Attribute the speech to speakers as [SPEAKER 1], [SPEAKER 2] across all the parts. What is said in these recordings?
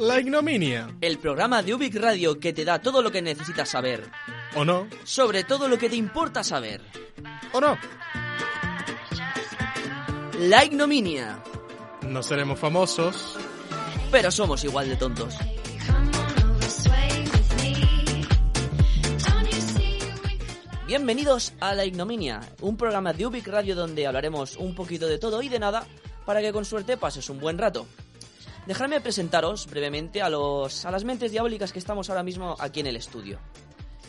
[SPEAKER 1] La ignominia.
[SPEAKER 2] El programa de Ubic Radio que te da todo lo que necesitas saber,
[SPEAKER 1] ¿O no?
[SPEAKER 2] sobre todo lo que te importa saber.
[SPEAKER 1] ¿O no?
[SPEAKER 2] La ignominia.
[SPEAKER 1] No seremos famosos.
[SPEAKER 2] Pero somos igual de tontos. Bienvenidos a La Ignominia, un programa de Ubic Radio donde hablaremos un poquito de todo y de nada para que con suerte pases un buen rato. Dejadme presentaros brevemente a, los, a las mentes diabólicas que estamos ahora mismo aquí en el estudio.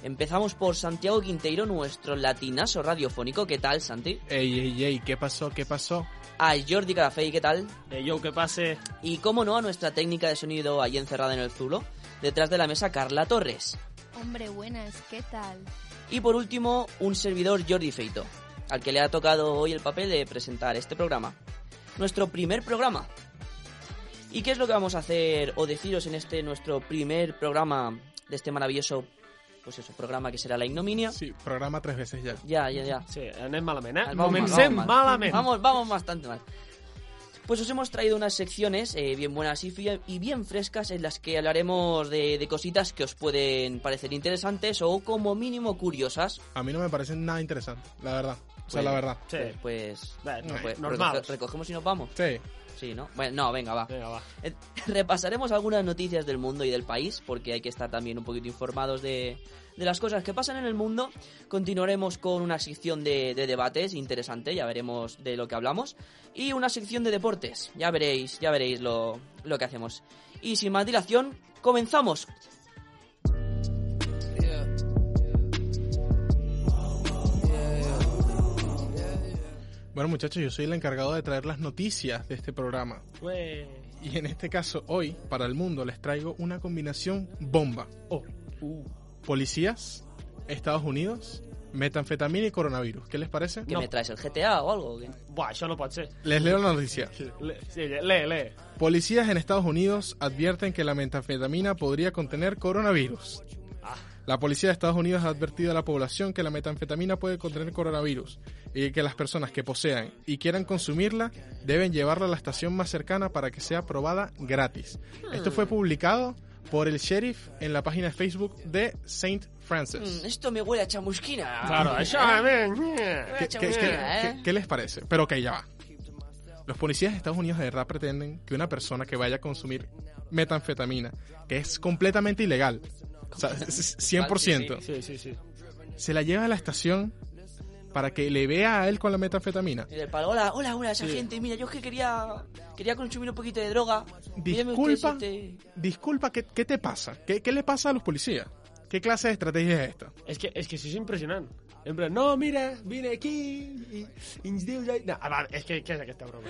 [SPEAKER 2] Empezamos por Santiago Quinteiro, nuestro latinazo radiofónico. ¿Qué tal, Santi?
[SPEAKER 1] Ey, ey, ey, ¿qué pasó? ¿Qué pasó?
[SPEAKER 2] A Jordi Carafei, ¿qué tal?
[SPEAKER 3] Eh, yo, que pase.
[SPEAKER 2] Y cómo no, a nuestra técnica de sonido allí encerrada en el Zulo, detrás de la mesa Carla Torres.
[SPEAKER 4] Hombre, buenas, ¿qué tal?
[SPEAKER 2] Y por último, un servidor Jordi Feito, al que le ha tocado hoy el papel de presentar este programa. Nuestro primer programa. ¿Y qué es lo que vamos a hacer o deciros en este nuestro primer programa de este maravilloso pues eso, programa que será La Ignominia?
[SPEAKER 1] Sí, programa tres veces ya.
[SPEAKER 2] Ya, ya, ya.
[SPEAKER 3] Sí, anem malament, eh?
[SPEAKER 2] Vamos mal,
[SPEAKER 3] Comencem
[SPEAKER 2] vamos mal.
[SPEAKER 3] malament.
[SPEAKER 2] Vamos, vamos bastante mal. Pues os hemos traído unas secciones eh, bien buenas y, fie- y bien frescas en las que hablaremos de, de cositas que os pueden parecer interesantes o como mínimo curiosas.
[SPEAKER 1] A mí no me parece nada interesante, la verdad. O sea,
[SPEAKER 2] Bueno.
[SPEAKER 1] la verdad.
[SPEAKER 3] Sí,
[SPEAKER 2] Pues, pues,
[SPEAKER 3] Bueno,
[SPEAKER 2] pues,
[SPEAKER 3] normal.
[SPEAKER 2] recoge- recogemos y nos vamos.
[SPEAKER 1] Sí.
[SPEAKER 2] Sí, ¿no? Bueno, no, venga, va.
[SPEAKER 3] Venga, va.
[SPEAKER 2] Eh, Repasaremos algunas noticias del mundo y del país, porque hay que estar también un poquito informados de, de las cosas que pasan en el mundo. Continuaremos con una sección de, de debates interesante, ya veremos de lo que hablamos. Y una sección de deportes, ya veréis, ya veréis lo, lo que hacemos. Y sin más dilación, comenzamos.
[SPEAKER 1] Bueno, muchachos, yo soy el encargado de traer las noticias de este programa.
[SPEAKER 3] Ué.
[SPEAKER 1] Y en este caso, hoy, para el mundo, les traigo una combinación bomba.
[SPEAKER 3] Oh. Uh.
[SPEAKER 1] Policías, Estados Unidos, metanfetamina y coronavirus. ¿Qué les parece?
[SPEAKER 2] ¿Qué
[SPEAKER 3] No. Pues
[SPEAKER 2] me traes? ¿El GTA o algo? o qué?
[SPEAKER 3] Buah, això no pot ser.
[SPEAKER 1] Les leo la noticia.
[SPEAKER 3] Le, sí, le, le.
[SPEAKER 1] Policías en Estados Unidos advierten que la metanfetamina podría contener coronavirus.
[SPEAKER 3] Ah.
[SPEAKER 1] La policía de Estados Unidos ha advertido a la población que la metanfetamina puede contener coronavirus y que las personas que posean y quieran consumirla deben llevarla a la estación más cercana para que sea probada gratis. Esto fue publicado por el sheriff en la página de Facebook de St. Francis.
[SPEAKER 2] Mm, esto me huele a chamusquina.
[SPEAKER 3] Claro, això... Eh.
[SPEAKER 1] ¿Qué, qué-
[SPEAKER 2] chamusquina,
[SPEAKER 1] qué-
[SPEAKER 2] ¿eh?
[SPEAKER 1] qué- qué les parece? Pero ok, ya va. Los policías de Estados Unidos de verdad pretenden que una persona que vaya a consumir metanfetamina, que es completamente ilegal, o sea, es- es 100%,
[SPEAKER 3] Sí, sí, sí.
[SPEAKER 1] se la lleva a la estación para que le vea a él con la metanfetamina.
[SPEAKER 2] Y del palo, hola, hola, hola, esa
[SPEAKER 3] Sí.
[SPEAKER 2] gente, mira, yo es que quería, quería consumir un poquito de droga. Mírame usted si
[SPEAKER 1] Disculpa.
[SPEAKER 2] usted-
[SPEAKER 1] Disculpa, ¿qué, qué te pasa? ¿Qué, qué le pasa a los policías? ¿Qué clase de estrategia es esta?
[SPEAKER 3] És que, és que això és impressionant. En plan, no, mira, vine aquí i, i ens dius... ai-" No, va, és que què és aquesta broma?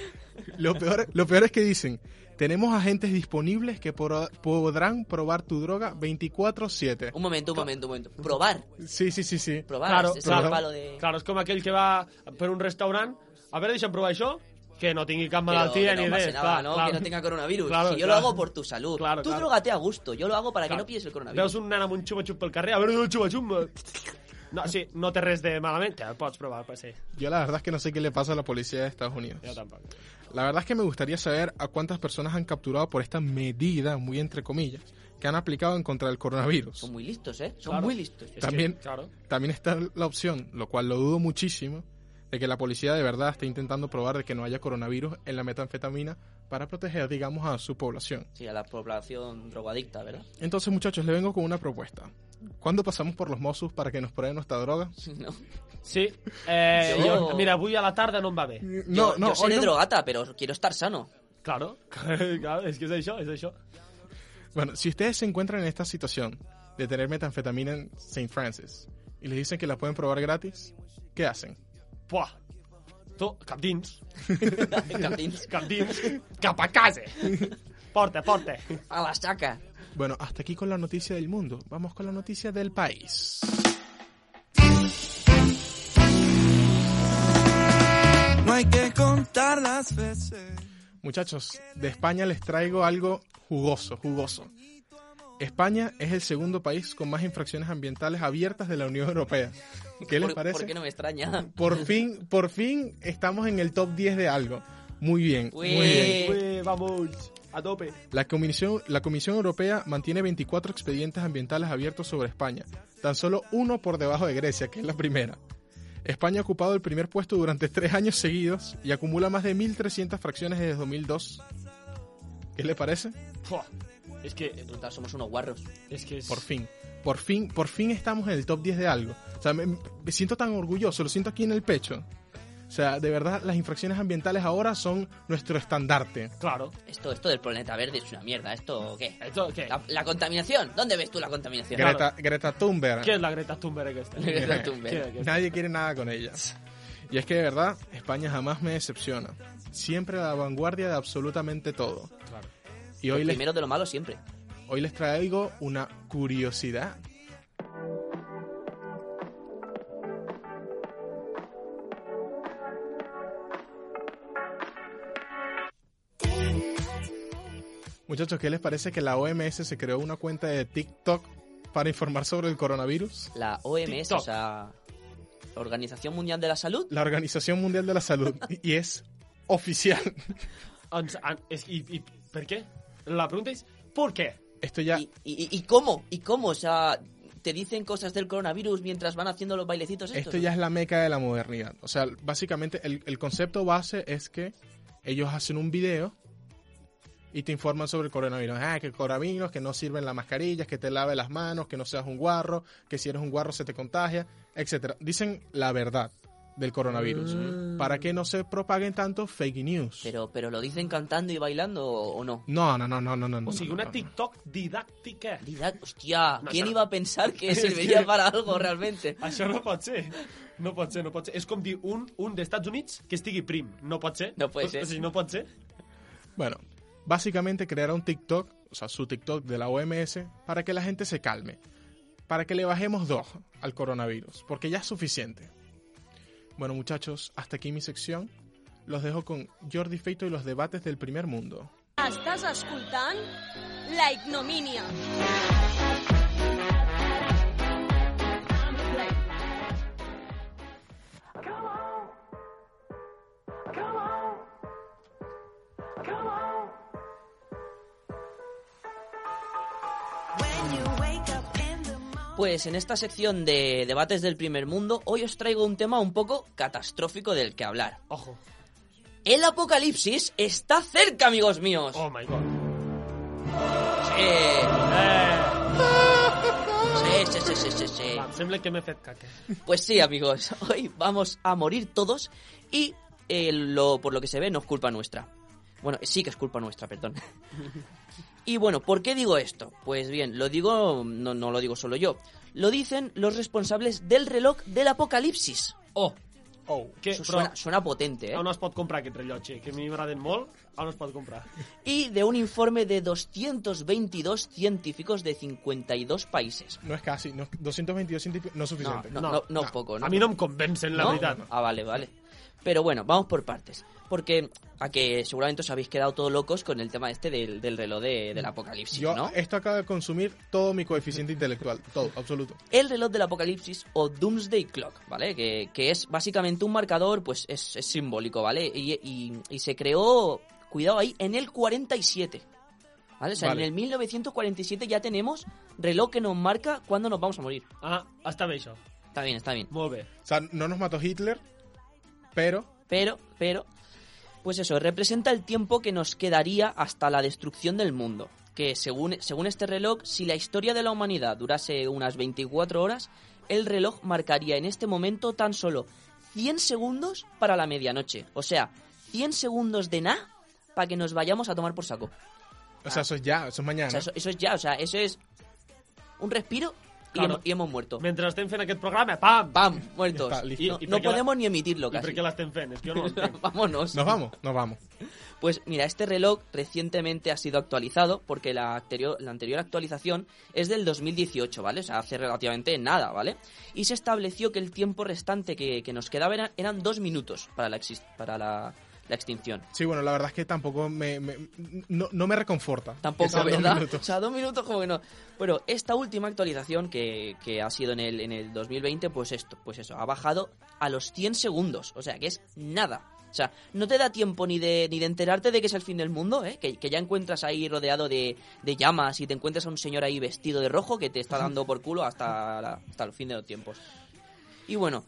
[SPEAKER 1] Lo peor, lo peor es que dicen, tenemos agentes disponibles que por- podrán probar tu droga 24/7.
[SPEAKER 2] Un momento, un momento, un momento. Probar,
[SPEAKER 1] Sí, sí, sí, sí.
[SPEAKER 2] probar.
[SPEAKER 3] Claro,
[SPEAKER 2] este es
[SPEAKER 1] claro.
[SPEAKER 2] el palo de...
[SPEAKER 3] Claro, és com aquell que va per un restaurant, a veure, deixa'm provar això, que no tingui cap
[SPEAKER 2] Que no- que
[SPEAKER 3] malaltia
[SPEAKER 2] no
[SPEAKER 3] ni
[SPEAKER 2] pase
[SPEAKER 3] res.
[SPEAKER 2] nada, ¿no? Que no tenga coronavirus.
[SPEAKER 3] Claro,
[SPEAKER 2] si yo
[SPEAKER 3] claro.
[SPEAKER 2] lo hago por tu salud.
[SPEAKER 3] Claro,
[SPEAKER 2] Tú
[SPEAKER 3] claro.
[SPEAKER 2] drogate a gusto. Yo lo hago para que
[SPEAKER 3] Clar,
[SPEAKER 2] no pilles el
[SPEAKER 3] Veus
[SPEAKER 2] coronavirus.
[SPEAKER 3] un nen amb un xupa-xup pel carrer, a veure el xupa-xup... No, sí, no té res de malament, te pots provar, per ser.
[SPEAKER 1] Yo la verdad es que no sé qué le pasa a la policía de Estados Unidos.
[SPEAKER 3] Jo tampoc.
[SPEAKER 1] La verdad es que me gustaría saber a cuántas personas han capturado por esta medida, muy entre comillas, que han aplicado en contra del coronavirus.
[SPEAKER 2] Son muy listos, ¿eh? Son
[SPEAKER 3] Claro.
[SPEAKER 2] muy listos.
[SPEAKER 3] És
[SPEAKER 1] También-
[SPEAKER 3] Que, claro.
[SPEAKER 1] También está la opción, lo cual lo dudo muchísimo, de que la policía de verdad esté intentando probar de que no haya coronavirus en la metanfetamina para proteger, digamos, a su población.
[SPEAKER 2] Sí, a la población drogadicta, ¿verdad?
[SPEAKER 1] Entonces, muchachos, le vengo con una propuesta. ¿Cuándo pasamos por los Mossos para que nos prueben nuestra droga?
[SPEAKER 2] No,
[SPEAKER 3] Sí. Eh,
[SPEAKER 2] Jo-
[SPEAKER 3] jo... Mira, avui a la tarda no em va bé.
[SPEAKER 2] yo, yo
[SPEAKER 1] hoy
[SPEAKER 2] seré drogata, pero quiero estar sano.
[SPEAKER 3] Claro, claro, és que és això, és això.
[SPEAKER 1] Bueno, si ustedes se encuentran en esta situación de tener metanfetamina en St. Francis y les dicen que la pueden probar gratis, ¿qué hacen?
[SPEAKER 3] Buah, Tu, cap dins.
[SPEAKER 2] Cap dins.
[SPEAKER 3] Cap dins. Cap a casa. Porta, porta.
[SPEAKER 2] A la saca.
[SPEAKER 1] Bueno, hasta aquí con la noticia del mundo. Vamos con la noticia del país.
[SPEAKER 5] No hay que contar las veces.
[SPEAKER 1] Muchachos, de España les traigo algo jugoso, jugoso. España es el segundo país con más infracciones ambientales abiertas de la Unión Europea. ¿Qué les
[SPEAKER 2] Por-
[SPEAKER 1] parece?
[SPEAKER 2] ¿Por qué no me extraña?
[SPEAKER 1] Por fin, por fin estamos en el top 10 de algo. Muy bien,
[SPEAKER 2] Uy.
[SPEAKER 1] muy bien.
[SPEAKER 3] Ué, vamos. A tope.
[SPEAKER 1] La Comisión, la Comisión Europea mantiene 24 expedientes ambientales abiertos sobre España, tan solo uno por debajo de Grecia, que es la primera. España ha ocupado el primer puesto durante tres años seguidos y acumula más de 1.300 fracciones desde 2002. ¿Qué le parece?
[SPEAKER 3] Fua. Es que...
[SPEAKER 2] Total, somos unos guarros.
[SPEAKER 3] Es que es...
[SPEAKER 1] Por fin. Por fin, por fin estamos en el top 10 de algo. O sea, me, me siento tan orgulloso, lo siento aquí en el pecho. O sea, de verdad, las infracciones ambientales ahora son nuestro estandarte.
[SPEAKER 3] Claro.
[SPEAKER 2] Esto, esto del planeta verde es una mierda. ¿Esto qué?
[SPEAKER 3] Esto, ¿qué?
[SPEAKER 2] La, la contaminación. ¿Dónde ves tú la contaminación?
[SPEAKER 3] Gra-
[SPEAKER 1] Greta, Greta Thunberg.
[SPEAKER 3] ¿Qué es la Greta Thunberg esta?
[SPEAKER 2] Greta
[SPEAKER 3] ¿Qué-
[SPEAKER 2] Thunberg.
[SPEAKER 3] qué- qué-
[SPEAKER 1] Nadie quiere nada con ella. Y es que de verdad, España jamás me decepciona. Siempre a la vanguardia de absolutamente todo.
[SPEAKER 3] Claro.
[SPEAKER 1] Y hoy les,
[SPEAKER 2] Primero de lo malo siempre.
[SPEAKER 1] hoy les traigo una curiosidad. Muchachos, ¿qué les parece que la OMS se creó una cuenta de TikTok para informar sobre el coronavirus?
[SPEAKER 2] La OMS,
[SPEAKER 3] TikTok.
[SPEAKER 2] o sea, la Organización Mundial de la Salud.
[SPEAKER 1] La Organización Mundial de la Salud. Y es oficial.
[SPEAKER 3] Ens- en- és- i, I per què? La pregunta és per què?
[SPEAKER 1] Esto ya...
[SPEAKER 2] ¿Y, y, y cómo? ¿Y cómo? O sea, te dicen cosas del coronavirus mientras van haciendo los bailecitos estos.
[SPEAKER 1] Esto ya es la meca de la modernidad. O sea, básicamente el, el concepto base es que ellos hacen un video y te informan sobre el coronavirus. Ah, que el coronavirus, que no sirven las mascarillas, que te lave las manos, que no seas un guarro, que si eres un guarro se te contagia, etcétera. Dicen la verdad del coronavirus.
[SPEAKER 3] Mm.
[SPEAKER 1] Para que no se propaguen tanto fake news.
[SPEAKER 2] Ah. Pero, pero lo dicen cantando y bailando o o no.
[SPEAKER 1] No, no, no, no, no, no. no,
[SPEAKER 3] O sigui,
[SPEAKER 1] no,
[SPEAKER 3] una
[SPEAKER 1] no.
[SPEAKER 3] TikTok didàctica.
[SPEAKER 2] Didac- hostia,
[SPEAKER 3] No,
[SPEAKER 2] ¿quién
[SPEAKER 3] eso-
[SPEAKER 2] iba a pensar que
[SPEAKER 3] Es
[SPEAKER 2] serviría
[SPEAKER 3] que-
[SPEAKER 2] para algo realmente?
[SPEAKER 3] Això no pot ser. No pot ser, no pot ser. És com dir un, un d'Estats Units que estigui prim. No pot ser.
[SPEAKER 2] No pot
[SPEAKER 3] O-
[SPEAKER 2] ser.
[SPEAKER 3] O sigui, no pot ser.
[SPEAKER 1] Bueno, básicamente creará un TikTok, o sea, su TikTok de la OMS, para que la gente se calme, para que le bajemos dos al coronavirus, porque ya es suficiente. Bueno, muchachos, hasta aquí mi sección. Los dejo con Jordi Feito y los debates del primer mundo.
[SPEAKER 6] Estàs escoltant La Ignomínia.
[SPEAKER 2] Pues en esta sección de debates del primer mundo, hoy os traigo un tema un poco catastrófico del que hablar.
[SPEAKER 3] Ojo.
[SPEAKER 2] El apocalipsis está cerca, amigos míos.
[SPEAKER 3] Oh my god.
[SPEAKER 2] Sí,
[SPEAKER 3] Eh,
[SPEAKER 2] sí, sí, sí, sí, sí.
[SPEAKER 3] va, em sembla que m'he fet caca.
[SPEAKER 2] Pues sí, amigos, hoy vamos a morir todos y eh, lo, por lo que se ve no es culpa nuestra. Bueno, sí que es culpa nuestra, perdón. Y bueno, ¿por qué digo esto? Pues bien, lo digo, no, no lo digo solo yo. Lo dicen los responsables del reloj del apocalipsis.
[SPEAKER 3] Oh.
[SPEAKER 1] Oh.
[SPEAKER 3] Que,
[SPEAKER 2] Eso
[SPEAKER 3] però,
[SPEAKER 2] suena, suena potente, ¿eh?
[SPEAKER 3] on es pot comprar aquest rellotge? Que a mi m'agraden molt. On es pot comprar?
[SPEAKER 2] Y de un informe de 222 científicos de 52 países.
[SPEAKER 1] No es casi, no, 222 científicos, no es
[SPEAKER 2] No,
[SPEAKER 1] suficiente.
[SPEAKER 2] no,
[SPEAKER 3] No,
[SPEAKER 2] no, no
[SPEAKER 1] no.
[SPEAKER 2] poco, ¿no?
[SPEAKER 3] A mi no em convencen, la
[SPEAKER 2] ¿No?
[SPEAKER 3] veritat.
[SPEAKER 2] Ah, vale, vale. Pero bueno, vamos por partes. Porque a que seguramente os habéis quedado todos locos con el tema este del, del reloj de- del apocalipsis,
[SPEAKER 1] Mm. Yo
[SPEAKER 2] ¿no?
[SPEAKER 1] esto acaba de consumir todo mi coeficiente intelectual, todo, absoluto.
[SPEAKER 2] El reloj del apocalipsis o Doomsday Clock, ¿vale? Que, que es básicamente un marcador, pues es, es simbólico, ¿vale? Y, y- y se creó, cuidado ahí, en el 47. ¿Vale? O sea,
[SPEAKER 1] Vale.
[SPEAKER 2] en el 1947 ya tenemos reloj que nos marca cuándo nos vamos a morir.
[SPEAKER 3] Ah, està bé, això.
[SPEAKER 2] Está bien, está bien.
[SPEAKER 3] Molt bé.
[SPEAKER 1] O sea, no nos mató Hitler, pero
[SPEAKER 2] Pero, pero, pues eso, representa el tiempo que nos quedaría hasta la destrucción del mundo. Que según, según este reloj, si la historia de la humanidad durase unas 24 horas, el reloj marcaría en este momento tan solo 100 segundos para la medianoche. O sea, 100 segundos de nada para que nos vayamos a tomar por saco.
[SPEAKER 1] o sea, eso es ya, eso es mañana.
[SPEAKER 2] O sea, eso, eso es ya, o sea, eso es un respiro i,
[SPEAKER 3] Claro.
[SPEAKER 2] hem, i hemos muerto.
[SPEAKER 3] Mentre estem fent aquest programa, pam!
[SPEAKER 2] ¡Pam! Muertos.
[SPEAKER 1] Está, listo.
[SPEAKER 2] Y-
[SPEAKER 3] ¿Y
[SPEAKER 2] no
[SPEAKER 3] por qué la-
[SPEAKER 2] podemos ni emitirlo
[SPEAKER 3] I per
[SPEAKER 2] casi.
[SPEAKER 3] què l'estem fent? És que jo no l'entenc.
[SPEAKER 2] Vámonos.
[SPEAKER 1] Nos vamos, nos vamos.
[SPEAKER 2] Pues mira, este reloj recientemente ha sido actualizado porque la anterior, la anterior actualización es del 2018, ¿vale? O sea, hace relativamente nada, ¿vale? Y se estableció que el tiempo restante que, que nos quedaba era- eran dos minutos para la, exis- para la, la extinción.
[SPEAKER 1] Sí, bueno, la verdad es que tampoco me, me- no, no me reconforta.
[SPEAKER 2] Tampoco,
[SPEAKER 1] Que sean dos
[SPEAKER 2] ¿verdad?
[SPEAKER 1] minutos.
[SPEAKER 2] O sea, dos minutos como que no. Bueno, esta última actualización que, que ha sido en el, en el 2020, pues esto, pues eso, ha bajado a los 100 segundos. O sea, que es nada. O sea, no te da tiempo ni de, ni de enterarte de que es el fin del mundo, ¿eh? Que, que ya encuentras ahí rodeado de, de llamas y te encuentras a un señor ahí vestido de rojo que te está dando por culo hasta, la- hasta el fin de los tiempos. Y bueno,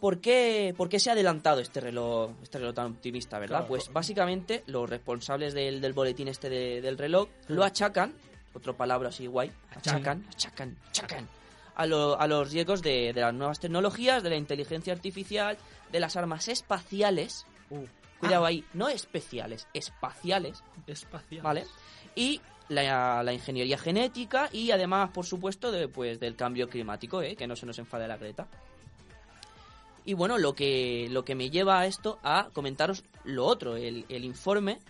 [SPEAKER 2] ¿Por qué, por qué se ha adelantado este reloj, este reloj tan optimista, verdad?
[SPEAKER 3] Claro.
[SPEAKER 2] Pues básicamente los responsables del, del boletín este de- del reloj lo achacan, otra palabra así guay, achacan, achacan, achacan, a, lo- a los riesgos de, de las nuevas tecnologías, de la inteligencia artificial, de las armas espaciales,
[SPEAKER 3] Uh,
[SPEAKER 2] cuidado ahí, no especiales, espaciales,
[SPEAKER 3] espacial.
[SPEAKER 2] ¿vale? Y la, la ingeniería genética y además, por supuesto, de, pues, del cambio climático, ¿eh? que no se nos enfade la Greta. Y bueno, lo que, lo que me lleva a esto a comentaros lo otro, el, el informe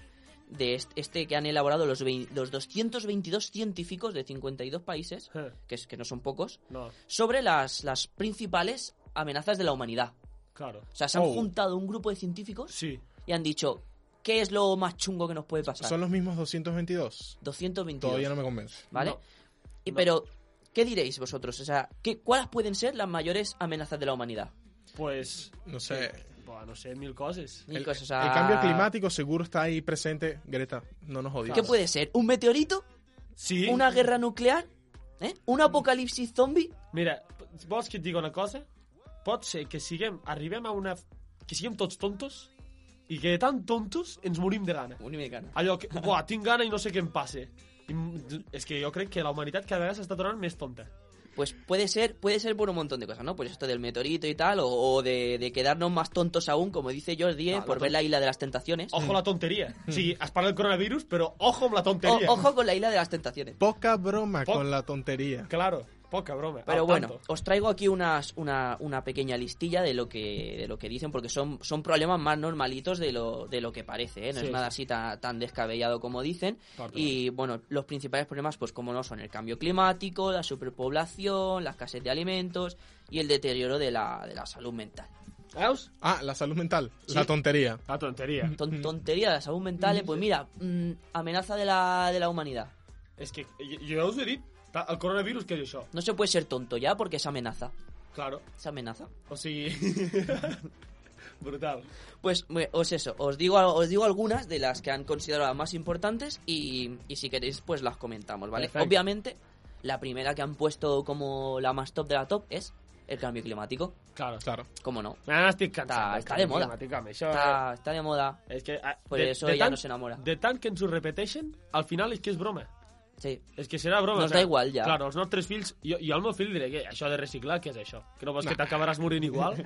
[SPEAKER 2] de est- este que han elaborado los, vein- los 222 científicos de 52 países,
[SPEAKER 3] Eh,
[SPEAKER 2] que, es, que no son pocos,
[SPEAKER 3] No,
[SPEAKER 2] sobre las, las principales amenazas de la humanidad.
[SPEAKER 3] claro.
[SPEAKER 2] O sea, se han
[SPEAKER 3] Oh.
[SPEAKER 2] juntado un grupo de científicos
[SPEAKER 3] Sí.
[SPEAKER 2] y han dicho, ¿qué es lo más chungo que nos puede pasar?
[SPEAKER 1] Son los mismos 222.
[SPEAKER 2] 222.
[SPEAKER 1] Todavía no me convence.
[SPEAKER 2] ¿Vale?
[SPEAKER 3] No,
[SPEAKER 2] Y,
[SPEAKER 3] no.
[SPEAKER 2] Pero, ¿qué diréis vosotros? O sea, ¿qué, ¿cuáles pueden ser las mayores amenazas de la humanidad?
[SPEAKER 3] pues...
[SPEAKER 1] No sé.
[SPEAKER 3] Buah, no sé, mil coses.
[SPEAKER 2] Mil
[SPEAKER 1] El,
[SPEAKER 2] cosas, o sea,
[SPEAKER 1] el cambio climático seguro está ahí presente. Greta, no nos odies.
[SPEAKER 2] ¿Qué puede ser? ¿Un meteorito?
[SPEAKER 3] Sí.
[SPEAKER 2] ¿Una guerra nuclear? ¿Eh? ¿Un
[SPEAKER 3] Mm.
[SPEAKER 2] apocalipsis zombie?
[SPEAKER 3] Mira, vols que et digui una cosa? Pot ser que siguem, arribem a una... Que siguem tots tontos i que de tan tontos ens morim de gana.
[SPEAKER 2] Un americano.
[SPEAKER 3] Allò que, buah, tinc gana i no sé què em passe. I, m- és que jo crec que la humanitat cada vegada s'està tornant més tonta.
[SPEAKER 2] Pues puede ser, puede ser por un montón de cosas, ¿no? Pues esto del meteorito y tal, o, o de, de quedarnos más tontos aún, como dice Jordi, eh,
[SPEAKER 3] Ah, la
[SPEAKER 2] por ver
[SPEAKER 3] ton-
[SPEAKER 2] la isla de las tentaciones.
[SPEAKER 3] Ojo a la tonteria. O sigui, es parla del coronavirus, però ojo amb la
[SPEAKER 2] O-
[SPEAKER 3] tonteria.
[SPEAKER 2] ojo con la isla de las tentaciones.
[SPEAKER 1] Poca broma
[SPEAKER 3] Po-
[SPEAKER 1] con la tontería.
[SPEAKER 3] Claro, poca broma.
[SPEAKER 2] Pero
[SPEAKER 3] al
[SPEAKER 2] bueno,
[SPEAKER 3] tanto.
[SPEAKER 2] os traigo aquí unas, una, una pequeña listilla de lo que, de lo que dicen, porque son, son problemas más normalitos de lo, de lo que parece, ¿eh? no
[SPEAKER 3] Sí,
[SPEAKER 2] es nada así ta- tan descabellado como dicen.
[SPEAKER 3] Parte
[SPEAKER 2] Y bueno, los principales problemas, pues como no, son el cambio climático, la superpoblación, la escasez de alimentos y el deterioro de la, de la salud mental.
[SPEAKER 3] Veus? Mm.
[SPEAKER 1] Ah, la salud mental.
[SPEAKER 3] Sí.
[SPEAKER 1] La tontería.
[SPEAKER 3] La tonteria.
[SPEAKER 2] Ton- tontería de la salud mental, eh, pues mira, mm, amenaza de la, de la humanidad.
[SPEAKER 3] És que jo, jo us ho he dit. Ta- El coronavirus que és això.
[SPEAKER 2] No se puede ser tonto ya porque es amenaza.
[SPEAKER 3] Claro.
[SPEAKER 2] ¿Es amenaza?
[SPEAKER 3] O sigui... Brutal.
[SPEAKER 2] Pues me- os eso, os digo, os digo algunas de las que han considerado las más importantes y, y si queréis pues las comentamos, ¿vale?
[SPEAKER 3] Perfecto.
[SPEAKER 2] Obviamente, la primera que han puesto como la más top de la top es el cambio climático,
[SPEAKER 3] Claro.
[SPEAKER 1] Claro.
[SPEAKER 2] ¿cómo no?
[SPEAKER 3] Ara estic
[SPEAKER 2] Està-
[SPEAKER 3] cansat.
[SPEAKER 2] està de moda.
[SPEAKER 3] Amb això, eh?
[SPEAKER 2] Está, está de moda,
[SPEAKER 3] És que... ah,
[SPEAKER 2] Por eso ella no se enamora.
[SPEAKER 3] De tant que ens ho repeteixen, al final és que és broma.
[SPEAKER 2] sí.
[SPEAKER 3] És que serà broma.
[SPEAKER 2] Nos da igual, ja.
[SPEAKER 3] Claro, els nostres fills... Jo, jo al meu fill diré que això de reciclar, què és això? Que no vols que t'acabaràs morint igual?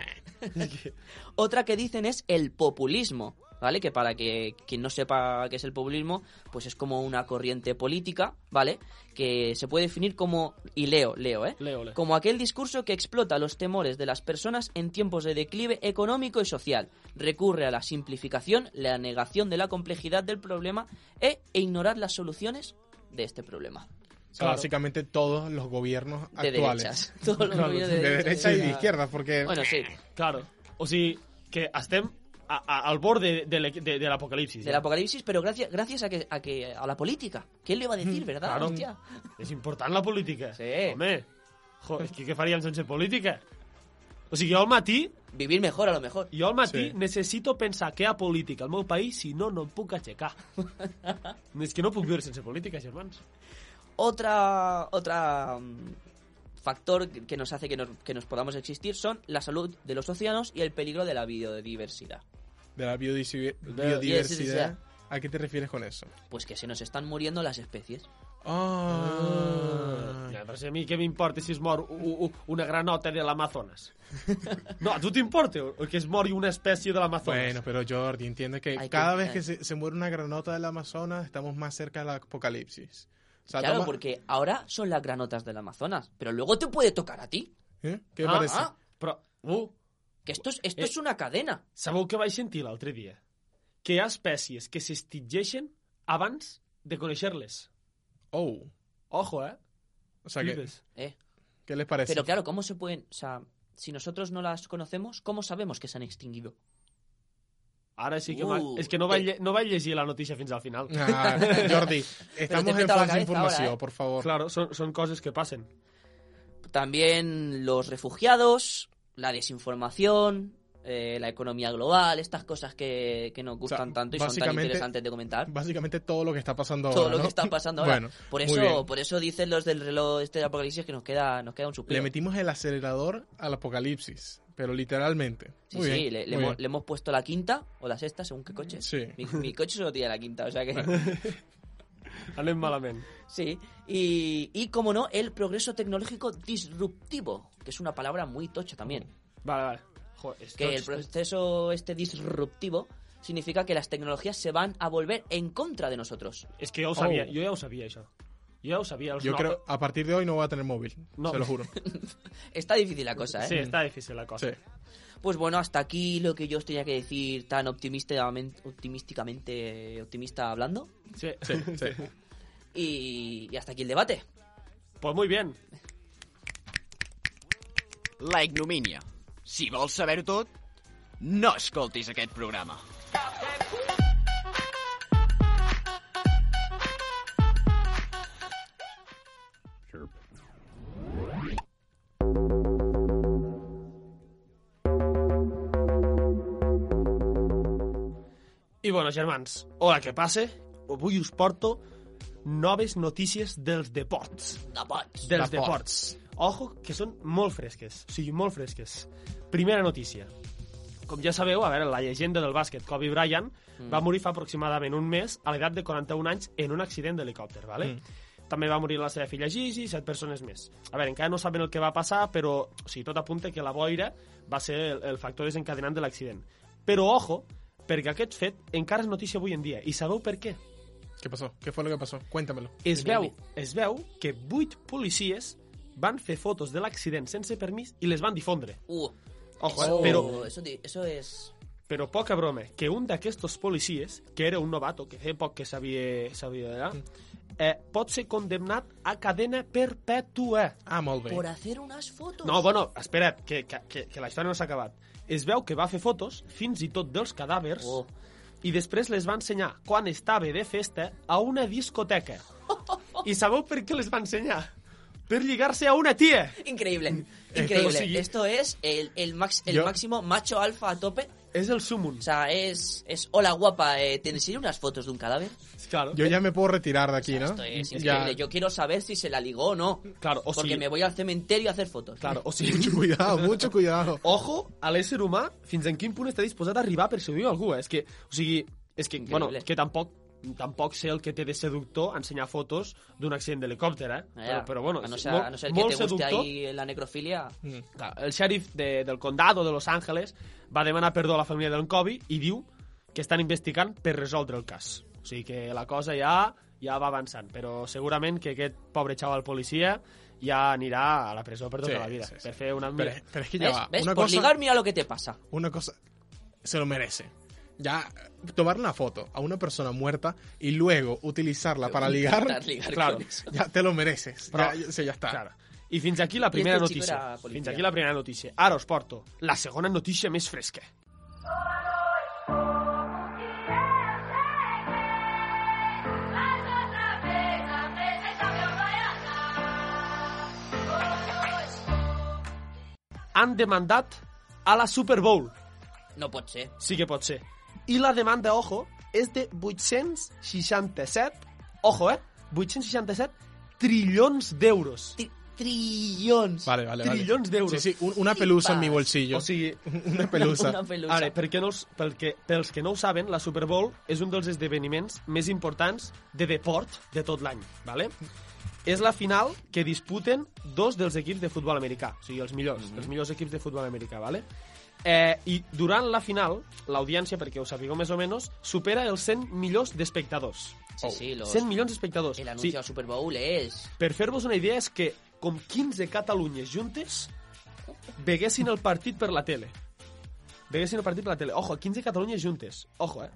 [SPEAKER 2] Otra que dicen es el populismo, ¿vale? Que para que quien no sepa qué es el populismo, pues es como una corriente política, ¿vale? Que se puede definir como, y leo, leo, ¿eh?
[SPEAKER 3] Leo, leo.
[SPEAKER 2] Como aquel discurso que explota los temores de las personas en tiempos de declive económico y social. Recurre a la simplificación, la negación de la complejidad del problema e, e ignorar las soluciones de este problema.
[SPEAKER 1] O sea,
[SPEAKER 3] Claro.
[SPEAKER 1] básicamente todos los gobiernos
[SPEAKER 2] De
[SPEAKER 1] actuales.
[SPEAKER 2] derechas. Todos los gobiernos
[SPEAKER 1] De derecha y de
[SPEAKER 2] ya.
[SPEAKER 1] izquierda, porque
[SPEAKER 2] Bueno, sí,
[SPEAKER 3] Claro. O sigui, que estem a, a, al borde de, de, de, eh? de l'apocalipsi.
[SPEAKER 2] del apocalipsis, pero gracias, gracias a, que, a, que, a la política. ¿Quién le iba a decir, verdad?
[SPEAKER 3] claro.
[SPEAKER 2] Hostia.
[SPEAKER 3] És important la política.
[SPEAKER 2] Sí.
[SPEAKER 3] Home, jo, és que què faríem sense política? O sigui, jo al matí,
[SPEAKER 2] Vivir mejor, a lo mejor.
[SPEAKER 3] jo al matí
[SPEAKER 1] Sí.
[SPEAKER 3] sí. necessito pensar que hi ha política al meu país, si no, no em puc aixecar. és que no puc viure sense política, germans.
[SPEAKER 2] Otra, otra mm, factor que que nos hace que nos, que nos podamos existir son la salud de los océanos y el peligro de la biodiversidad.
[SPEAKER 1] de la biodisi-
[SPEAKER 2] sí, sí, sí.
[SPEAKER 1] biodiversidad. ¿A qué te refieres con eso?
[SPEAKER 2] Pues que se nos están muriendo las especies.
[SPEAKER 1] Ah.
[SPEAKER 3] Ja, però si a mi què m'importa si es mor u- u- una granota de l'Amazonas? No, a tu t'importa o que es mori una espècie de Ah, l'Amazonas?
[SPEAKER 1] Bueno, pero Jordi, entiende que
[SPEAKER 2] Pues, Hay que-
[SPEAKER 1] cada vez que se, se muere una granota del Amazonas estamos más cerca del apocalipsis. O O sea,
[SPEAKER 2] claro,
[SPEAKER 1] toma-
[SPEAKER 2] porque ahora son las granotas del Amazonas, pero luego te puede tocar a ti.
[SPEAKER 1] ¿Eh? ¿Què
[SPEAKER 3] Ah,
[SPEAKER 1] parece?
[SPEAKER 2] ah.
[SPEAKER 3] Però, uh,
[SPEAKER 2] Que esto es, esto
[SPEAKER 3] Eh.
[SPEAKER 2] es una cadena.
[SPEAKER 3] sabeu què vaig sentir l'altre dia? Que hi ha espècies que s'extingeixen abans de conèixer-les.
[SPEAKER 1] Oh.
[SPEAKER 3] Ojo, eh?
[SPEAKER 1] O sea, ¿qué,
[SPEAKER 3] Flipes.
[SPEAKER 2] eh.
[SPEAKER 1] qué les parece?
[SPEAKER 2] Pero claro, ¿cómo se pueden...? O sea, si nosotros no las conocemos, ¿cómo sabemos que se han extinguido?
[SPEAKER 3] Ara sí que...
[SPEAKER 2] Uh,
[SPEAKER 3] m'ha- és que no vaig,
[SPEAKER 2] eh.
[SPEAKER 3] lle- no vaig llegir la notícia fins al final.
[SPEAKER 1] Ah, Jordi, estamos en
[SPEAKER 2] peta
[SPEAKER 1] fase
[SPEAKER 2] la
[SPEAKER 1] de
[SPEAKER 2] cabeza
[SPEAKER 1] información,
[SPEAKER 2] ahora, ¿eh?
[SPEAKER 1] por favor.
[SPEAKER 3] Claro, són, són coses que passen.
[SPEAKER 2] También los refugiados, la desinformación, eh, la economía global, estas cosas que, que nos gustan tanto y son tan
[SPEAKER 1] básicamente-
[SPEAKER 2] interesantes de comentar.
[SPEAKER 1] Básicamente todo lo que está pasando
[SPEAKER 2] Todo
[SPEAKER 1] ahora.
[SPEAKER 2] lo que
[SPEAKER 1] ¿no?
[SPEAKER 2] está pasando ahora.
[SPEAKER 1] Bueno,
[SPEAKER 2] por
[SPEAKER 1] muy bien.
[SPEAKER 2] eso, por eso dicen los del reloj este de apocalipsis que nos queda, nos queda un
[SPEAKER 1] Le
[SPEAKER 2] suspiro.
[SPEAKER 1] metimos el acelerador al apocalipsis, pero literalmente.
[SPEAKER 2] Sí,
[SPEAKER 1] muy
[SPEAKER 2] sí,
[SPEAKER 1] bien,
[SPEAKER 2] le, le
[SPEAKER 1] muy
[SPEAKER 2] hemos,
[SPEAKER 1] bien.
[SPEAKER 2] le hemos puesto la quinta o la sexta, según qué coche.
[SPEAKER 1] Sí.
[SPEAKER 2] Mi, mi coche solo tiene la quinta, o sea que.
[SPEAKER 3] Anem malament.
[SPEAKER 2] Sí. Y, y, como no, el progreso tecnológico disruptivo, que es una palabra muy tocha también.
[SPEAKER 3] Vale, vale. Jo, és
[SPEAKER 2] Que el
[SPEAKER 3] tot,
[SPEAKER 2] proceso este disruptivo significa que las tecnologías se van a volver en contra de nosotros.
[SPEAKER 3] És que jo ho sabia,
[SPEAKER 1] Oh.
[SPEAKER 3] jo ja ho sabia, això. Jo ja ho sabia. Els
[SPEAKER 1] Yo
[SPEAKER 3] no-
[SPEAKER 1] creo, a partir de hoy no voy a tener móvil,
[SPEAKER 3] No.
[SPEAKER 1] se lo juro.
[SPEAKER 2] Está difícil la cosa, ¿eh?
[SPEAKER 3] Sí, està difícil la cosa.
[SPEAKER 1] Sí.
[SPEAKER 2] Pues bueno, hasta aquí lo que yo os tenía que decir tan optimistamente, optimísticamente optimista hablando.
[SPEAKER 3] Sí.
[SPEAKER 1] Sí, sí.
[SPEAKER 2] Y, y hasta aquí el debate.
[SPEAKER 3] Pues muy bien.
[SPEAKER 7] La ignomínia. Si vols saber-ho tot, no escoltis aquest programa.
[SPEAKER 3] I bueno, germans, hola, què passa? Avui us porto noves notícies dels deports.
[SPEAKER 2] Deports.
[SPEAKER 3] Dels deports. Ojo, que són molt fresques. O sigui, molt fresques. Primera notícia. Com ja sabeu, a veure, la llegenda del bàsquet, Kobe Bryant, mm. va morir fa aproximadament un mes a l'edat de 41 anys en un accident d'helicòpter, ¿vale? Mm. També va morir la seva filla Gigi i set persones més. A veure, encara no saben el que va passar, però o sigui, tot apunta que la boira va ser el, el factor desencadenant de l'accident. Però ojo, perquè aquest fet encara és notícia avui en dia. I sabeu per què?
[SPEAKER 1] ¿Qué pasó? ¿Qué fue lo que pasó? Cuéntamelo.
[SPEAKER 3] Es veu, es veu que vuit policies van fer fotos de l'accident sense permís i les van difondre.
[SPEAKER 2] Uh,
[SPEAKER 3] Ojo, eh?
[SPEAKER 2] eso,
[SPEAKER 3] però,
[SPEAKER 2] eso, di- eso es...
[SPEAKER 3] però poca broma, que un d'aquestos policies, que era un novato, que feia poc que sabia, sabia d'allà, eh, pot ser condemnat a cadena perpètua.
[SPEAKER 1] Ah, molt bé.
[SPEAKER 2] Por hacer unas fotos.
[SPEAKER 3] No, pues, bueno, espera't, que, que, que, que la història no s'ha acabat. Es veu que va fer fotos, fins i tot dels cadàvers,
[SPEAKER 2] Oh.
[SPEAKER 3] i després les va ensenyar, quan estava de festa, a una discoteca. I sabeu per què les va ensenyar? Per lligar-se a una tia.
[SPEAKER 2] Increíble.
[SPEAKER 3] Esto
[SPEAKER 2] Increíble. Esto,
[SPEAKER 3] sí.
[SPEAKER 2] es el, el, max- el
[SPEAKER 1] Yo-
[SPEAKER 2] máximo macho alfa a tope.
[SPEAKER 3] És el sumum.
[SPEAKER 2] O sea, es, es hola guapa, eh, ¿te enseño unas fotos de un cadáver?
[SPEAKER 3] Claro.
[SPEAKER 1] Yo ya me puedo retirar de aquí, ¿no?
[SPEAKER 2] Esto es
[SPEAKER 1] Ya.
[SPEAKER 2] increíble. Yo quiero saber si se la ligó o no.
[SPEAKER 3] Claro, o
[SPEAKER 2] porque
[SPEAKER 3] sigui-
[SPEAKER 2] me voy al cementerio a hacer fotos.
[SPEAKER 3] Claro, o sigui,
[SPEAKER 1] Mucho cuidado, mucho cuidado.
[SPEAKER 3] ojo a l'ésser humà fins en quin punt està disposat a arribar per seduir algú. eh? És que, o sigui, és que,
[SPEAKER 2] Increïble.
[SPEAKER 3] bueno, que tampoc tampoc sé el que té de seductor ensenyar fotos d'un accident d'helicòpter, eh?
[SPEAKER 2] Ya,
[SPEAKER 3] Però, però, bueno,
[SPEAKER 2] Ah, a no
[SPEAKER 3] és
[SPEAKER 2] ser,
[SPEAKER 3] molt,
[SPEAKER 2] a no ser que
[SPEAKER 3] molt
[SPEAKER 2] te guste
[SPEAKER 3] seductor.
[SPEAKER 2] ahí la necrofilia.
[SPEAKER 3] Clar, el xèrif de, del condado de Los Angeles va demanar perdó a la família d'en Kobe i diu que estan investigant per resoldre el cas. O sigui que la cosa ja ja va avançant, però segurament que aquest pobre xaval policia ja anirà a la presó per tota
[SPEAKER 1] Sí,
[SPEAKER 3] la vida,
[SPEAKER 1] sí, sí.
[SPEAKER 3] per fer una...
[SPEAKER 1] Pero, pero es que ya
[SPEAKER 2] ¿Ves?
[SPEAKER 1] va.
[SPEAKER 2] ¿Ves?
[SPEAKER 1] Una
[SPEAKER 2] Por
[SPEAKER 1] cosa,
[SPEAKER 2] ligar, mira lo que te pasa.
[SPEAKER 1] una cosa se lo merece. Ya, eh, tomar una foto a una persona muerta y luego utilizarla para ligar,
[SPEAKER 2] Intentar ligar
[SPEAKER 3] claro.
[SPEAKER 2] con eso.
[SPEAKER 1] ya te lo mereces.
[SPEAKER 3] Però-
[SPEAKER 1] Ya, ya- sí, ya está.
[SPEAKER 3] Clar. I fins aquí la primera
[SPEAKER 2] este xico
[SPEAKER 3] notícia.
[SPEAKER 2] era policia.
[SPEAKER 3] Fins aquí la primera notícia. Ara us porto la segona notícia més fresca. Han demandat a la Super Bowl.
[SPEAKER 2] No pot ser.
[SPEAKER 3] Sí que pot ser. I la demanda, ojo, és de 867, ojo, eh? 867 trillons d'euros.
[SPEAKER 2] Tri- trillones.
[SPEAKER 1] Vale, vale, vale.
[SPEAKER 3] Trillons d'euros.
[SPEAKER 1] Sí, sí, un- una pelusa en mi bolsillo.
[SPEAKER 3] O sigui,
[SPEAKER 1] una pelusa.
[SPEAKER 2] Una pelusa.
[SPEAKER 3] Ara, per què no els, pel que, pels que no ho saben, la Super Bowl és un dels esdeveniments més importants de deport de tot l'any, ¿vale? És la final que disputen dos dels equips de futbol americà, o sigui, els millors,
[SPEAKER 2] Mhm.
[SPEAKER 3] mm -hmm. els millors equips de futbol americà, ¿vale? Eh, I durant la final, l'audiència, perquè ho sapigueu més o menys, supera els 100 millors d'espectadors.
[SPEAKER 2] Sí, sí, los,
[SPEAKER 3] 100 milions d'espectadors.
[SPEAKER 2] el anuncio
[SPEAKER 3] Sí,
[SPEAKER 2] al Super Bowl es...
[SPEAKER 3] per fer-vos una idea, és que com 15 Catalunyes juntes veguessin el partit per la tele. Veguessin el partit per la tele. Ojo, 15 Catalunyes juntes. Ojo, eh?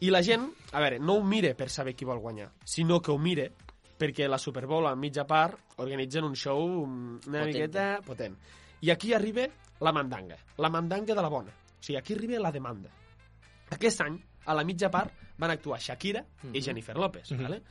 [SPEAKER 3] I la gent, a veure, no ho mire per saber qui vol guanyar, sinó que ho mire perquè la Super Bowl a mitja part organitzen un show mm, una
[SPEAKER 2] Potente.
[SPEAKER 3] miqueta potent. I aquí arriba la mandanga, la mandanga de la bona. O sigui, aquí arriba la demanda. Aquest any, a la mitja part, van actuar Shakira i Jennifer López,
[SPEAKER 1] Mhm.
[SPEAKER 3] vale?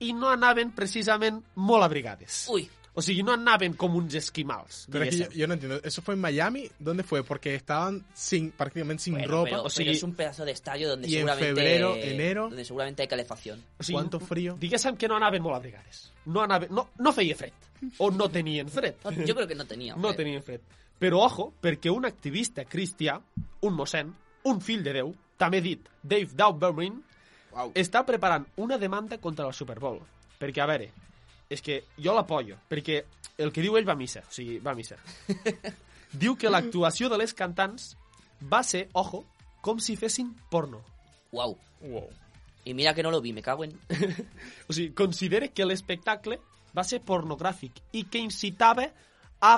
[SPEAKER 3] i no anaven precisament molt abrigades.
[SPEAKER 1] Uh.
[SPEAKER 2] Uy,
[SPEAKER 3] O sigui, no anaven com uns esquimals,
[SPEAKER 1] Pero es que yo,
[SPEAKER 3] diguéssim.
[SPEAKER 1] yo no entiendo. ¿Eso fue en Miami? ¿Dónde fue? Porque estaban sin prácticamente sin
[SPEAKER 2] bueno,
[SPEAKER 1] ropa.
[SPEAKER 2] pero,
[SPEAKER 3] o sigui-
[SPEAKER 2] pero es un pedazo de estadio donde
[SPEAKER 1] Y en
[SPEAKER 2] seguramente...
[SPEAKER 1] febrero, enero-
[SPEAKER 2] Donde seguramente hay calefacción.
[SPEAKER 3] O sigui,
[SPEAKER 1] ¿Cuánto frío?
[SPEAKER 3] Diguéssim que no anaven molt abrigades. No, anaven, no, no feia fred. O no tenien fred.
[SPEAKER 2] No, yo creo que no tenía.
[SPEAKER 3] No
[SPEAKER 2] hombre.
[SPEAKER 3] tenien fred. Però, ojo, perquè un activista cristià, un mossèn, un fill de Déu, també dit Dave Dauberman,
[SPEAKER 7] Uau.
[SPEAKER 3] està preparant una demanda contra el Super Bowl. Perquè, a veure, és que jo l'apollo, perquè el que diu ell va a missa, o sigui, va a missa. diu que l'actuació de les cantants va ser, ojo, com si fessin porno.
[SPEAKER 2] Guau.
[SPEAKER 1] Wow.
[SPEAKER 2] Y mira que no lo vi, me cago en...
[SPEAKER 3] O sigui, considera que l'espectacle va ser pornogràfic i que incitava a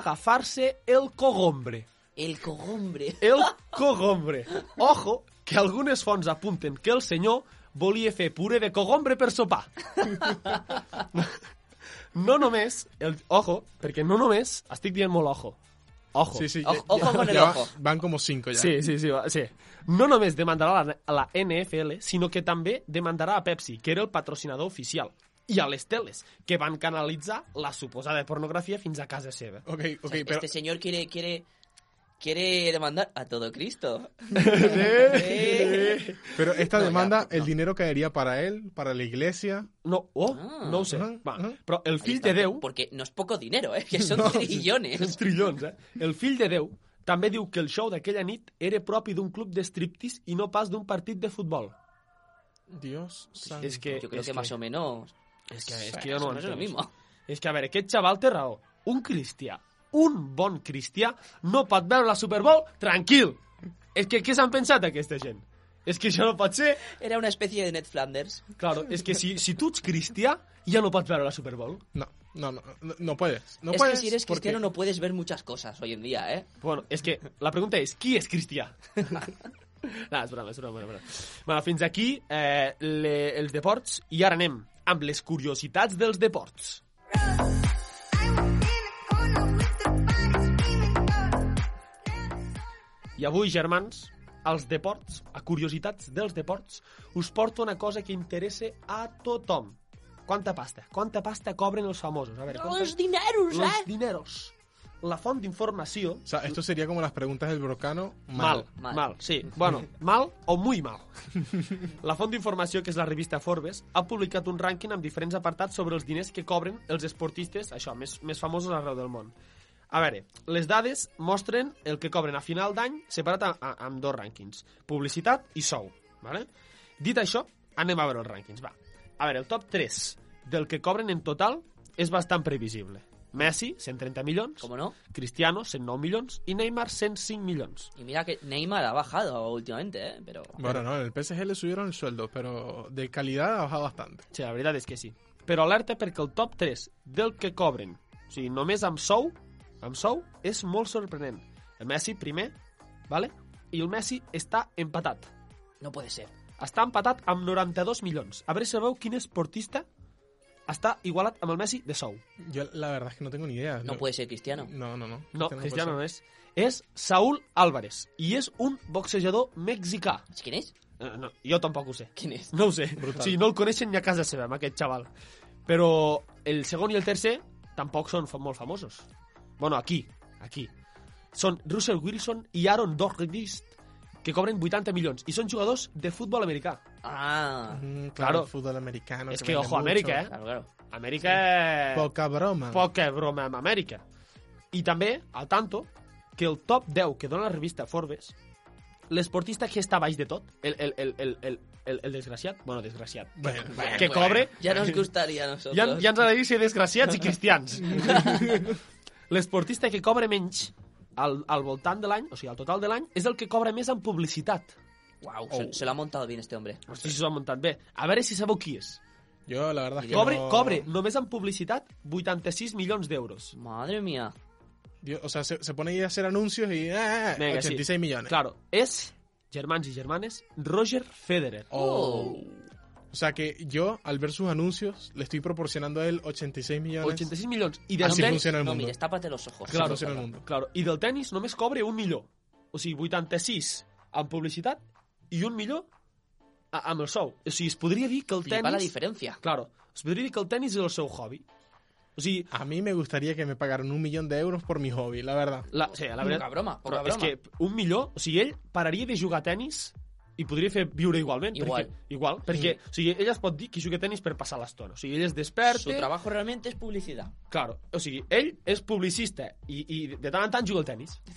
[SPEAKER 3] agafar-se el cogombre.
[SPEAKER 2] El cogombre.
[SPEAKER 3] El cogombre. Ojo, que algunes fonts apunten que el senyor volia fer puré de cogombre per sopar. No només, el, ojo, perquè no només, estic dient molt ojo. Ojo.
[SPEAKER 1] Sí, sí.
[SPEAKER 2] Ojo- ojo con el
[SPEAKER 1] ya va-
[SPEAKER 2] ojo.
[SPEAKER 1] Van como cinco ya.
[SPEAKER 3] Sí, sí, sí, va- sí. No només demandarà la, a la NFL, sinó que també demandarà a Pepsi, que era el patrocinador oficial, i a les teles, que van canalitzar la suposada pornografia fins a casa seva.
[SPEAKER 1] Ok,
[SPEAKER 2] O
[SPEAKER 1] ok,
[SPEAKER 2] sea,
[SPEAKER 1] pero
[SPEAKER 2] Este señor quiere, quiere, quiere demandar a todo Cristo.
[SPEAKER 1] Pero esta
[SPEAKER 2] No, ya,
[SPEAKER 1] demanda, el
[SPEAKER 2] no.
[SPEAKER 1] dinero caería para él, para la iglesia.
[SPEAKER 3] No, oh,
[SPEAKER 2] Ah.
[SPEAKER 3] no ho sé.
[SPEAKER 1] Mhm,
[SPEAKER 3] Va.
[SPEAKER 1] mhm.
[SPEAKER 3] Però el
[SPEAKER 2] Ahí
[SPEAKER 3] fill
[SPEAKER 2] está,
[SPEAKER 3] de Déu...
[SPEAKER 2] Porque no es poco dinero, ¿eh? Que son
[SPEAKER 3] Els
[SPEAKER 2] trillones.
[SPEAKER 3] trillons, eh? El fill de Déu també diu que el show d'aquella nit era propi d'un club d'estriptis i no pas d'un partit de futbol.
[SPEAKER 1] Dios santo.
[SPEAKER 3] És que,
[SPEAKER 2] Yo creo
[SPEAKER 3] és
[SPEAKER 2] que más o menos...
[SPEAKER 3] És que, és que jo no
[SPEAKER 2] no es lo
[SPEAKER 3] entenc.
[SPEAKER 2] mismo.
[SPEAKER 3] És que, a veure, aquest xaval té raó. Un cristià, un bon cristià, no pot veure la Super Bowl tranquil. És que què s'han pensat aquesta gent? És que això no pot ser.
[SPEAKER 2] Era una especie de Ned Flanders.
[SPEAKER 3] Claro, és que si, si tu ets cristià, ja no pots veure la Super Bowl.
[SPEAKER 1] No, no, no, no, no puedes. No
[SPEAKER 2] es que
[SPEAKER 1] puedes.
[SPEAKER 2] si eres
[SPEAKER 1] porque-
[SPEAKER 2] cristiano no puedes ver muchas cosas hoy en día, ¿eh?
[SPEAKER 3] Bueno, és que la pregunta és, qui és cristià? no, és broma, és broma, és broma. Bueno, fins aquí eh, le, els deports i ara anem amb les curiositats dels deports. I avui, germans, als deports, a curiositats dels deports, us porto una cosa que interessa a tothom. Quanta pasta? Quanta pasta cobren els famosos? A veure, quanta...
[SPEAKER 6] dineros, eh?
[SPEAKER 3] Los dineros. La font d'informació
[SPEAKER 1] O sea, esto sería como las preguntas del Brocano.
[SPEAKER 3] Mal, mal,
[SPEAKER 2] Mal.
[SPEAKER 3] sí. Bueno, mal o muy mal. La font d'informació, que és la revista Forbes, ha publicat un rànquing amb diferents apartats sobre els diners que cobren els esportistes, això, més, més famosos arreu del món. A veure, les dades mostren el que cobren a final d'any separat a, a, amb dos rànquings, publicitat i sou. Vale? Dit això, anem a veure els rànquings, va. A veure, el top 3 del que cobren en total és bastant previsible. Messi, 130 milions,
[SPEAKER 2] ¿Cómo no?
[SPEAKER 3] Cristiano, 109 milions, i Neymar, 105 milions.
[SPEAKER 2] Y mira que Neymar ha bajado últimamente, ¿eh? Pero...
[SPEAKER 1] Bueno, no, en el PSG le subieron el sueldo, pero de calidad ha bajado bastante.
[SPEAKER 3] Sí, la veritat és que sí. Però alerta perquè el top 3 del que cobren, o sigui, només amb sou, amb sou, és molt sorprenent. El Messi primer, vale? i el Messi està empatat.
[SPEAKER 2] No puede ser.
[SPEAKER 3] Està empatat amb 92 milions. A veure si sabeu quin esportista està igualat amb el Messi de sou.
[SPEAKER 1] Yo la verdad es que no tengo ni idea.
[SPEAKER 2] No puede ser cristiano.
[SPEAKER 1] No, no, no.
[SPEAKER 3] No,
[SPEAKER 1] Este puede
[SPEAKER 3] Cristiano
[SPEAKER 1] ser.
[SPEAKER 3] no és. És Saúl Álvarez, i és un boxejador mexicà.
[SPEAKER 2] ¿Quién es?
[SPEAKER 3] No, no, jo tampoc ho sé.
[SPEAKER 2] ¿Quién es?
[SPEAKER 3] No ho sé. O sigui, no el coneixen ni a casa seva, amb aquest xaval. Però el segon i el tercer tampoc són fa- molt famosos. Bueno, aquí, aquí. Són Russell Wilson i Aaron Dorgdist, que cobren 80 milions. I són jugadors de futbol americà.
[SPEAKER 2] Ah,
[SPEAKER 1] Mm, claro,
[SPEAKER 3] Claro.
[SPEAKER 1] el fútbol americano.
[SPEAKER 3] és que,
[SPEAKER 1] vende
[SPEAKER 3] ojo,
[SPEAKER 1] mucho.
[SPEAKER 3] Amèrica, eh?
[SPEAKER 2] claro, claro.
[SPEAKER 3] Amèrica...
[SPEAKER 1] Poca broma.
[SPEAKER 3] Poca broma amb Amèrica. I també, al tanto, que el top 10 que dona la revista Forbes, l'esportista que està baix de tot, el, el, el, el, el, el, el desgraciat, bueno, desgraciat,
[SPEAKER 1] Bueno, bueno.
[SPEAKER 3] que cobre
[SPEAKER 2] Ya nos gustaría a nosotros.
[SPEAKER 3] Ja, ja ens agradaria ser desgraciats i cristians. L'esportista que cobra menys al, al voltant de l'any, o sigui, al total de l'any, és el que cobra més en publicitat.
[SPEAKER 2] Wow, se, se lo ha montado bien este hombre.
[SPEAKER 3] No sé si s'ho ha muntat bé. A veure si sabeu qui és.
[SPEAKER 1] Yo, la verdad es que.
[SPEAKER 3] Cobre,
[SPEAKER 1] no-
[SPEAKER 3] cobre, només en publicitat, 86 milions d'euros.
[SPEAKER 2] Madre mía.
[SPEAKER 1] Dios, o sea, se, se pone ahí a hacer anuncios y. ¡ah!
[SPEAKER 3] Venga,
[SPEAKER 1] 86 millones.
[SPEAKER 3] Claro, és, germans i germanes, Roger Federer.
[SPEAKER 1] Oh. O sea que yo, al ver sus anuncios, le estoy proporcionando a él 86 millones.
[SPEAKER 3] 86 milions. I del
[SPEAKER 1] Así
[SPEAKER 3] tenis-
[SPEAKER 1] funciona el
[SPEAKER 2] No,
[SPEAKER 1] mundo.
[SPEAKER 2] mires, tápate los ojos.
[SPEAKER 1] Claro,
[SPEAKER 2] Vamos
[SPEAKER 1] sí,
[SPEAKER 2] a hablar.
[SPEAKER 1] el mundo.
[SPEAKER 3] Claro, i del tennis només cobre un milió. O sigui, 86 en publicitat i un milió a, amb el sou. O sigui, es podria dir que el
[SPEAKER 2] Flipa la
[SPEAKER 3] tennis...
[SPEAKER 2] diferencia.
[SPEAKER 3] Claro, es podria dir que el tennis és el seu hobby. O sigui,
[SPEAKER 1] A mí me gustaría que me pagaran un millón de euros por mi hobby, la verdad.
[SPEAKER 3] la, o sigui, la
[SPEAKER 2] Poca
[SPEAKER 3] veritat...
[SPEAKER 2] broma, poca
[SPEAKER 3] però
[SPEAKER 2] broma.
[SPEAKER 3] és que un milió... O sigui, ell pararia de jugar a tennis i podria fer viure igualment.
[SPEAKER 2] Igual.
[SPEAKER 3] Perquè, igual, perquè o sigui, ella es pot dir que juga a tennis per passar l'estona. O sigui, ell es desperta...
[SPEAKER 2] Su trabajo realmente es publicidad.
[SPEAKER 3] Claro, o sigui, ell és publicista i, i de tant en tant juga al tennis. De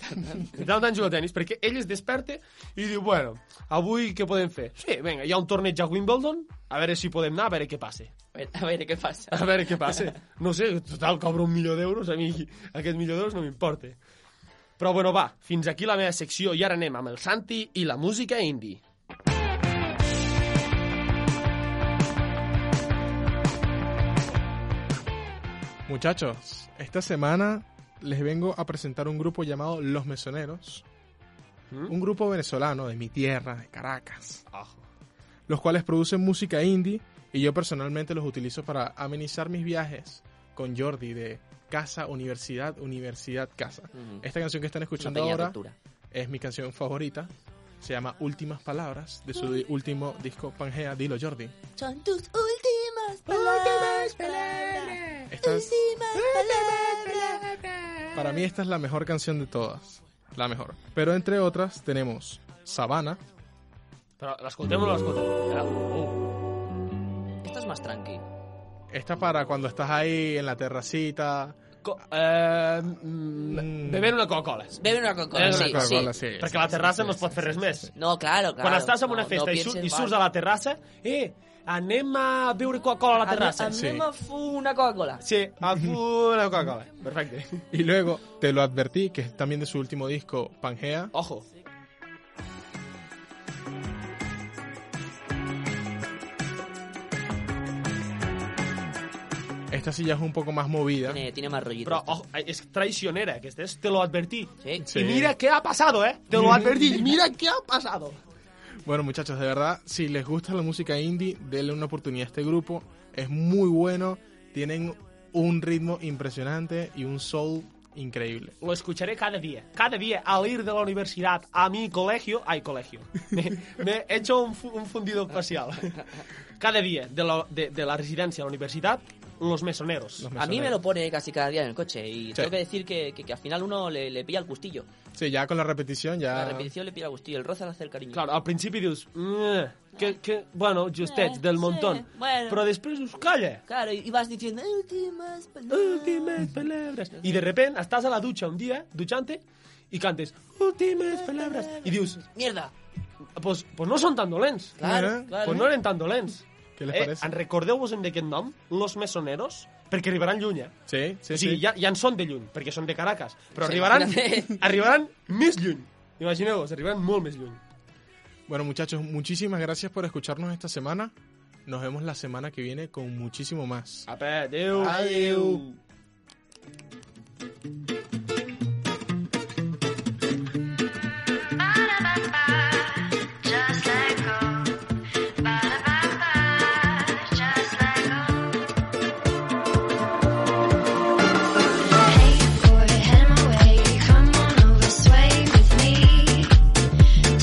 [SPEAKER 3] tant en tant juga al tennis, perquè ell es desperta i diu, bueno, avui què podem fer? Sí, vinga, hi ha un torneig a Wimbledon, a veure si podem anar, a veure què passa.
[SPEAKER 2] A ver, a ver, ¿qué pasa?
[SPEAKER 3] A veure què passa. No sé, total, cobro un milió d'euros, a mi aquest milió d'euros no m'importa. Però bueno, va, fins aquí la meva secció i ara anem amb el Santi i la música indie.
[SPEAKER 1] Muchachos, esta semana les vengo a presentar un grupo llamado Los Mesoneros.
[SPEAKER 3] ¿Mm?
[SPEAKER 1] Un grupo venezolano de mi tierra, de Caracas.
[SPEAKER 3] Ajo.
[SPEAKER 1] Los cuales producen música indie y yo personalmente los utilizo para amenizar mis viajes con Jordi de casa, universidad, universidad, casa.
[SPEAKER 2] Ujú.
[SPEAKER 1] Esta canción que están
[SPEAKER 2] Es una
[SPEAKER 1] escuchando
[SPEAKER 2] pequeña
[SPEAKER 1] ahora
[SPEAKER 2] tortura.
[SPEAKER 1] es mi canción favorita. Se llama Últimas Palabras, de su di- último disco Pangea, Dilo Jordi.
[SPEAKER 8] Son tus últimas palabras. palabras.
[SPEAKER 1] Esta es- ¡Eh!
[SPEAKER 8] Últimas palabras.
[SPEAKER 1] para mí esta es la mejor canción de todas. La mejor. Pero entre otras tenemos Sabana.
[SPEAKER 3] Però l'escoltem o no l'escoltem? Era- Oh,
[SPEAKER 2] Esto es más tranqui.
[SPEAKER 1] Esta para cuando estás ahí en la terracita.
[SPEAKER 3] co- eh, mm, bebent una Coca-Cola.
[SPEAKER 2] Bebe una Coca-Cola,
[SPEAKER 3] Bebe
[SPEAKER 2] sí,
[SPEAKER 3] una
[SPEAKER 1] Claro,
[SPEAKER 2] sí.
[SPEAKER 1] bueno, sí, sí,
[SPEAKER 3] Perquè a la
[SPEAKER 1] sí,
[SPEAKER 3] terrassa
[SPEAKER 1] sí,
[SPEAKER 3] no es pot
[SPEAKER 1] sí,
[SPEAKER 3] fer res
[SPEAKER 1] sí,
[SPEAKER 3] més.
[SPEAKER 1] sí.
[SPEAKER 2] No, claro, claro.
[SPEAKER 3] Quan estàs en una
[SPEAKER 2] No,
[SPEAKER 3] festa
[SPEAKER 2] no
[SPEAKER 3] i, sur
[SPEAKER 2] piensen
[SPEAKER 3] i surts
[SPEAKER 2] mal.
[SPEAKER 3] a la terrassa, eh, anem a beure Coca-Cola a la terrassa.
[SPEAKER 2] A mí, a mí
[SPEAKER 1] Sí.
[SPEAKER 2] me fu una Coca-Cola.
[SPEAKER 3] Sí, a una Coca-Cola. Perfecte.
[SPEAKER 1] Y luego te lo advertí, que es también de su último disco, Pangea.
[SPEAKER 3] Ojo.
[SPEAKER 1] Esta sí ya es un poco más movida.
[SPEAKER 2] Tiene, tiene más rollito.
[SPEAKER 3] Però ojo, és traicionera, aquesta és. Te lo advertí.
[SPEAKER 2] Sí.
[SPEAKER 1] Sí.
[SPEAKER 3] Y mira qué ha pasado, eh. Te lo advertí. Mira qué ha pasado.
[SPEAKER 1] Bueno, muchachos, de verdad, si les gusta la música indie, denle una oportunidad a este grupo. Es muy bueno, tienen un ritmo impresionante y un soul increíble.
[SPEAKER 3] Lo escucharé cada día. Cada día al ir de la universidad a mi colegio, ay colegio, me, me he hecho un, fu- un fundido espacial. Cada día de la, de, de la residencia a la universidad, los mesoneros.
[SPEAKER 1] Los
[SPEAKER 2] a mí me
[SPEAKER 1] mesoneros.
[SPEAKER 2] lo pone casi cada día en el coche y
[SPEAKER 1] Sí.
[SPEAKER 2] tengo que decir que, que, que al final uno le, le pilla el gustillo.
[SPEAKER 1] Sí, ya con la repetición, ya.
[SPEAKER 2] La repetición le pilla el gustillo, el roce le hace el cariño.
[SPEAKER 3] Claro, al principi dius... "Mm, Que, que, bueno, justets, del montón.
[SPEAKER 2] Eh. bueno.
[SPEAKER 3] Però després us calla.
[SPEAKER 2] Claro, y vas diciendo últimas palabras.
[SPEAKER 3] Últimes palabras. I de repent estàs a la dutxa un dia, dutxante, i cantes últimes palabras. I dius,
[SPEAKER 2] ¡Mierda!
[SPEAKER 3] pues, pues no són tan dolents.
[SPEAKER 2] Claro,
[SPEAKER 1] Eh,
[SPEAKER 2] claro.
[SPEAKER 3] Pues no eren tan dolents. Eh,
[SPEAKER 1] Què les parece?
[SPEAKER 3] en recordeu-vos en d'aquest nom, Los Mesoneros, perquè arribaran lluny, eh?
[SPEAKER 1] Sí, sí,
[SPEAKER 3] o sigui,
[SPEAKER 1] sí.
[SPEAKER 3] ja, ja en són de lluny, perquè són de Caracas, però
[SPEAKER 2] Sí,
[SPEAKER 3] arribaran,
[SPEAKER 2] imagina't.
[SPEAKER 3] arribaran més lluny. Imagineu-vos, arribaran molt més lluny.
[SPEAKER 1] Bueno, muchachos, muchísimas gracias por escucharnos esta semana. Nos vemos la semana que viene con muchísimo más.
[SPEAKER 3] Apa, adeu.
[SPEAKER 1] Adeu.
[SPEAKER 8] Just let go. Ba-da-ba-ba. Just let go. Hey, boy, head my way. Come on over, sway with me.